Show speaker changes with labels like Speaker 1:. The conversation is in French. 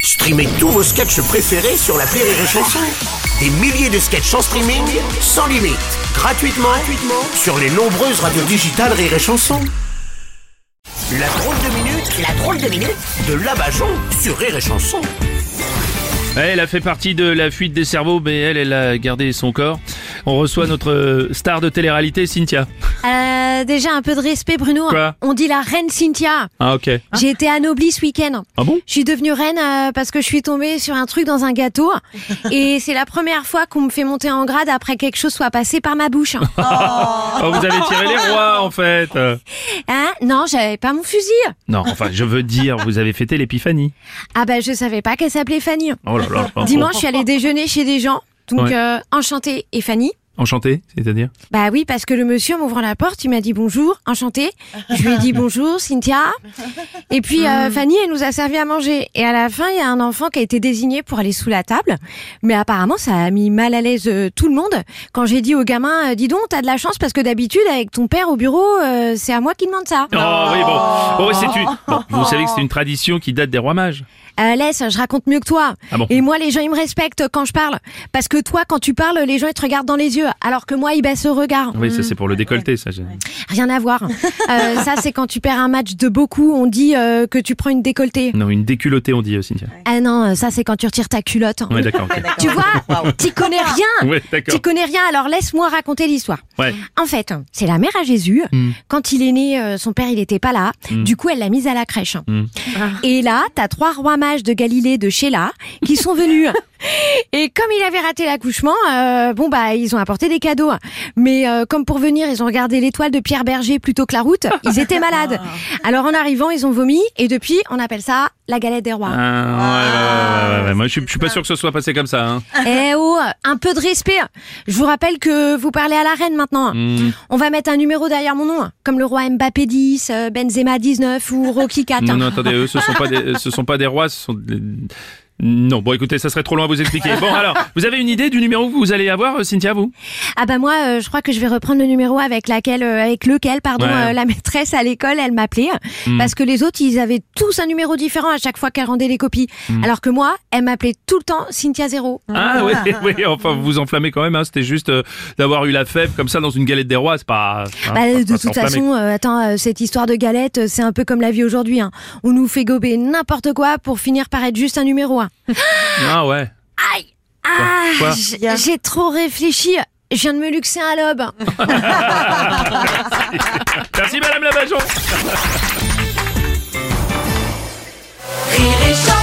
Speaker 1: Streamez tous vos sketchs préférés sur la Rire et Chanson. Des milliers de sketchs en streaming, sans limite, gratuitement, gratuitement sur les nombreuses radios digitales Rire et Chanson. La drôle de minute, la drôle de minute de Labajon sur Rire et Chanson.
Speaker 2: Elle a fait partie de la fuite des cerveaux, mais elle, elle a gardé son corps. On reçoit notre euh, star de télé-réalité, Cynthia.
Speaker 3: Euh, déjà un peu de respect Bruno.
Speaker 2: Quoi
Speaker 3: On dit la reine Cynthia.
Speaker 2: Ah ok.
Speaker 3: J'ai été anoblie ce week-end.
Speaker 2: Ah bon
Speaker 3: Je suis devenue reine euh, parce que je suis tombée sur un truc dans un gâteau et c'est la première fois qu'on me fait monter en grade après que quelque chose soit passé par ma bouche.
Speaker 2: Oh, Vous avez tiré les rois en fait. Euh,
Speaker 3: Hein Non, j'avais pas mon fusil.
Speaker 2: Non, enfin je veux dire, vous avez fêté l'épiphanie.
Speaker 3: Ah ben je savais pas qu'elle s'appelait Fanny.
Speaker 2: Oh là là. oh,
Speaker 3: Dimanche, je suis allée déjeuner chez des gens. Donc
Speaker 2: Ouais.
Speaker 3: euh, enchantée et Fanny.
Speaker 2: oh. Enchanté, c'est-à-dire
Speaker 3: Bah oui, parce que le monsieur, en m'ouvrant la porte, il m'a dit bonjour, enchanté. Je lui ai dit bonjour, Cynthia. Et puis, euh,
Speaker 2: Hmm.
Speaker 3: Fanny, elle nous a servi à manger. Et à la fin, il y a un enfant qui a été désigné pour aller sous la table. Mais apparemment, ça a mis mal à l'aise euh, tout le monde. Quand j'ai dit au gamin, euh, dis donc, t'as de la chance parce que d'habitude, avec ton père au bureau, euh, c'est à moi qu'il demande ça.
Speaker 2: Oh oui bon. Oh, c'est une. bon, vous savez que c'est une tradition qui date des rois mages.
Speaker 3: Euh, laisse, je raconte mieux que toi.
Speaker 2: Ah bon
Speaker 3: Et moi, les gens, ils me respectent quand je parle. Parce que toi, quand tu parles, les gens, ils te regardent dans les yeux. Alors que moi, ils baissent le regard.
Speaker 2: Oui, ça c'est pour le décolleté, ça. j'ai-
Speaker 3: Rien à voir. Euh, ça, c'est quand tu perds un match de beaucoup, on dit euh, que tu prends une décolletée.
Speaker 2: Non, une déculottée on dit, euh, Cynthia.
Speaker 3: Ah non, ça, c'est quand tu retires ta culotte.
Speaker 2: Ouais, d'accord. ok.
Speaker 3: Tu vois, t'y connais rien.
Speaker 2: Ouais, d'accord.
Speaker 3: T'y connais rien, alors laisse-moi raconter l'histoire.
Speaker 2: Ouais.
Speaker 3: En fait, c'est la mère à Jésus. Quand il est né, euh, son père, il était pas là. Du coup, elle l'a mise à la crèche. Et là, t'as trois rois mages de Galilée, de Sheila, qui sont venus. Et comme il avait raté l'accouchement, euh, bon bah ils ont apporté des cadeaux. Mais euh, comme pour venir, ils ont regardé l'étoile de Pierre Berger plutôt que la route. Ils étaient malades. Alors en arrivant, ils ont vomi. Et depuis, on appelle ça la galette des rois.
Speaker 2: Ah, ouais, ouais, ouais, ouais, ouais. Moi, je suis- je suis pas sûr que ce soit passé comme ça. hein.
Speaker 3: Eh oh, un peu de respect. Je vous rappelle que vous parlez à la reine
Speaker 2: Mm.
Speaker 3: maintenant.
Speaker 2: Hmm.
Speaker 3: On va mettre un numéro derrière mon nom, hein. comme le roi Mbappé 10, euh, Benzema 19 ou Rocky hein. 4.
Speaker 2: Non, non, attendez, eux, ce sont pas des, euh, ce sont pas des rois, ce sont des... Non, bon, écoutez, ça serait trop loin à vous expliquer. Bon, alors, vous avez une idée du numéro que vous allez avoir, euh, Cynthia, vous
Speaker 3: Ah bah moi, euh, je crois que je vais reprendre le numéro avec laquelle, euh, avec lequel, pardon,
Speaker 2: Ouais. Hmm.
Speaker 3: euh, la maîtresse à l'école, elle m'appelait, parce que les autres, ils avaient tous un numéro différent à chaque fois qu'elle rendait les copies, alors que moi, elle m'appelait tout le temps Cynthia Zéro.
Speaker 2: Hmm. Ah, oui, oui, enfin, vous vous enflammez quand même, hein, c'était juste euh, d'avoir eu la fève comme ça dans une galette des rois, c'est pas... hein,
Speaker 3: Bah,
Speaker 2: faut
Speaker 3: de
Speaker 2: pas
Speaker 3: toute
Speaker 2: s'enflammer.
Speaker 3: façon, euh, attends, euh, cette histoire de galette, euh, c'est un peu comme la vie aujourd'hui. hein. On nous fait gober n'importe quoi pour finir par être juste un numéro hein. un.
Speaker 2: Ah, ouais.
Speaker 3: Aïe Ah
Speaker 2: Quoi
Speaker 3: j- J'ai trop réfléchi. Je viens de me luxer un lobe.
Speaker 2: Merci, Madame Labajon
Speaker 4: Rire et chanson